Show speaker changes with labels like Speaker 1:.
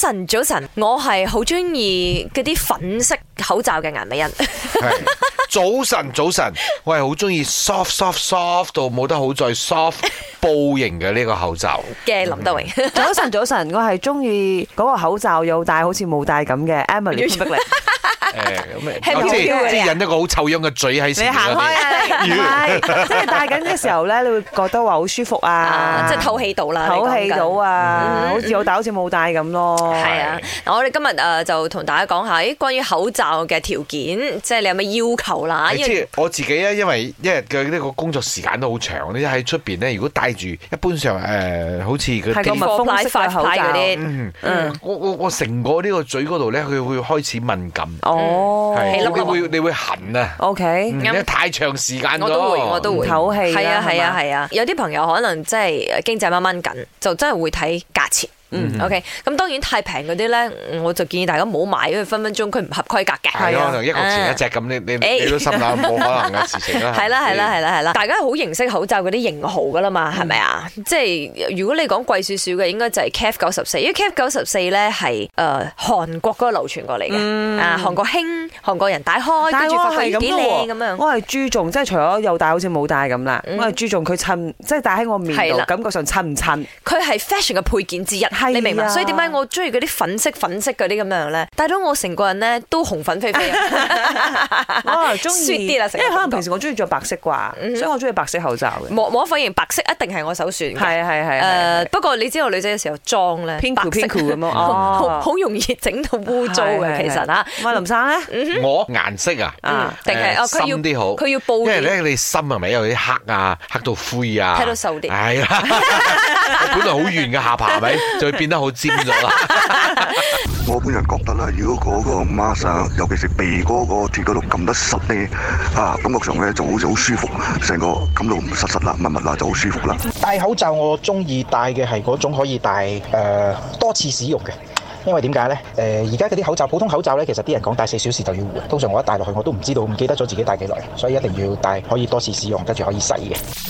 Speaker 1: 晨，早晨，我係好中意嗰啲粉色口罩嘅顏美欣。
Speaker 2: 係早晨，早晨，我係好中意 soft soft soft 到冇得好再 soft 布型嘅呢個口罩。
Speaker 1: 嘅林德榮，
Speaker 3: 早晨，早晨，我係中意嗰個口罩有戴，好似冇戴咁嘅 Emily 潘碧玲
Speaker 2: 誒咁
Speaker 1: 輕
Speaker 2: 誒，
Speaker 1: 飄
Speaker 2: 即
Speaker 1: 飄
Speaker 2: 係即
Speaker 1: 嘅
Speaker 2: 係引一個好臭樣嘅嘴喺
Speaker 3: 你
Speaker 2: 前面
Speaker 3: 行
Speaker 2: 嗰
Speaker 3: 開
Speaker 2: 啲。
Speaker 3: 啊！你唔係，即係戴緊嘅時候咧，你會覺得話好舒服啊
Speaker 1: 啊， 即係透氣到啦，
Speaker 3: 透
Speaker 1: 你
Speaker 3: 氣
Speaker 1: 講緊
Speaker 3: 到。啊，好似有戴好似冇戴咁咯。
Speaker 1: 係啊，嗱我哋今日誒就同大家講下，咦，關於口罩嘅條件，即係你有咩要求啦？
Speaker 2: 你
Speaker 1: 因為
Speaker 2: 知我自己咧，因為一日嘅呢個工作時間都好長，你喺出邊咧，如果帶住一般上誒、呃好似嗰
Speaker 3: 係個
Speaker 2: 啲
Speaker 3: 密封式嘅口
Speaker 1: Four ply,
Speaker 3: 罩
Speaker 1: five ply 嗰啲
Speaker 2: 嗯，我我我成個呢個嘴嗰度咧，佢會開始敏感，
Speaker 1: 嗯
Speaker 3: 哦
Speaker 2: 係
Speaker 1: 起粒粒
Speaker 2: 你會你會痕啊，
Speaker 3: ，OK，
Speaker 2: 嗯
Speaker 1: 啱
Speaker 2: 因為太長時間咗
Speaker 1: 我都會，我都會
Speaker 3: 唔透氣啦
Speaker 1: 係啊，係啊，
Speaker 3: 嗯係嘛
Speaker 1: 係啊。有啲朋友可能真係呃經濟掹掹緊，就真係會睇價錢。嗯，OK。咁當然太平嗰啲咧，我就建議大家唔好買，因為分分鐘佢唔合規格嘅。
Speaker 2: 係
Speaker 3: 係
Speaker 2: 咯，
Speaker 3: 啊
Speaker 2: 可能一個前一隻咁，你你你都 心諗冇可能嘅事情啦。
Speaker 1: 係啦係啦
Speaker 2: 啊係
Speaker 1: 係啦係啦，大家好認識口罩嗰啲型號噶啦嘛，
Speaker 3: 嗯
Speaker 1: 係咪啊？即係如果你講貴少少嘅，應該就係 KF 九十四，因為 KF 九十四咧係誒韓國嗰個流傳過嚟嘅，啊韓國興韓國人戴開，跟
Speaker 3: 但
Speaker 1: 住
Speaker 3: 係我
Speaker 1: 發覺
Speaker 3: 嗯係
Speaker 1: 咦
Speaker 3: 咁
Speaker 1: 幾
Speaker 3: 嘅
Speaker 1: 靚
Speaker 3: 喎
Speaker 1: 咁樣。
Speaker 3: 我係注重即係除咗有戴好似冇戴咁啦，
Speaker 1: 嗯
Speaker 3: 我係注重佢襯，即係戴喺我面
Speaker 1: 係
Speaker 3: 度
Speaker 1: 啦
Speaker 3: 感覺上襯 唔襯。
Speaker 1: 佢係 fashion 嘅配件之一，
Speaker 3: 係啊
Speaker 1: 你明嘛？所以點解我中意嗰啲粉色粉色嗰啲咁樣咧？戴到我成個人咧都紅粉飛飛 啊，
Speaker 3: 我係中
Speaker 1: Sweet
Speaker 3: 意，
Speaker 1: 啲
Speaker 3: 因
Speaker 1: 啦
Speaker 3: 為
Speaker 1: 成個感覺
Speaker 3: 可能平時我中意着白色啩，
Speaker 1: 嗯哼
Speaker 3: 所以我中意白色口罩嘅。
Speaker 1: 無無可否認，白色一定係我首選嘅。
Speaker 3: 係啊係啊係啊係啊
Speaker 1: 誒，不過你知道女仔有時候妝咧，
Speaker 3: 偏酷
Speaker 1: 白色
Speaker 3: 偏酷 咁樣
Speaker 1: 好 好
Speaker 3: 哦
Speaker 1: 好容易整到污糟嘅，其實啊嚇。
Speaker 3: 喂，林生咧，
Speaker 2: 我顏色啊。
Speaker 1: 嗯
Speaker 3: 啊，
Speaker 1: 定係
Speaker 2: 誒
Speaker 1: 哦，佢要
Speaker 2: 深啲好
Speaker 1: 佢要
Speaker 2: 因
Speaker 1: 報
Speaker 2: 為咧
Speaker 1: 熱，
Speaker 2: 你心係咪有啲黑啊，黑到灰啊，
Speaker 1: 睇到瘦啲
Speaker 2: 係啦， 本來好圓嘅下巴係咪，就會變得好尖咗啦。
Speaker 4: 我本人覺得啦，如果嗰個 mask 啊，尤其是鼻哥嗰個鐵嗰度撳得實咧，啊，感覺上咧就好似好舒服，成個感到唔實實啦、密密啦，就好舒服啦。
Speaker 5: 戴口罩我中意戴嘅係嗰種可以戴誒、呃多次使用嘅。因為點解呢？誒而家嗰啲口罩，普通口罩呢，其實啲人講戴四小時就要換。通常我一戴落去，我都唔知道，唔記得咗自己戴幾耐，所以一定要戴可以多次使用，跟住可以洗嘅。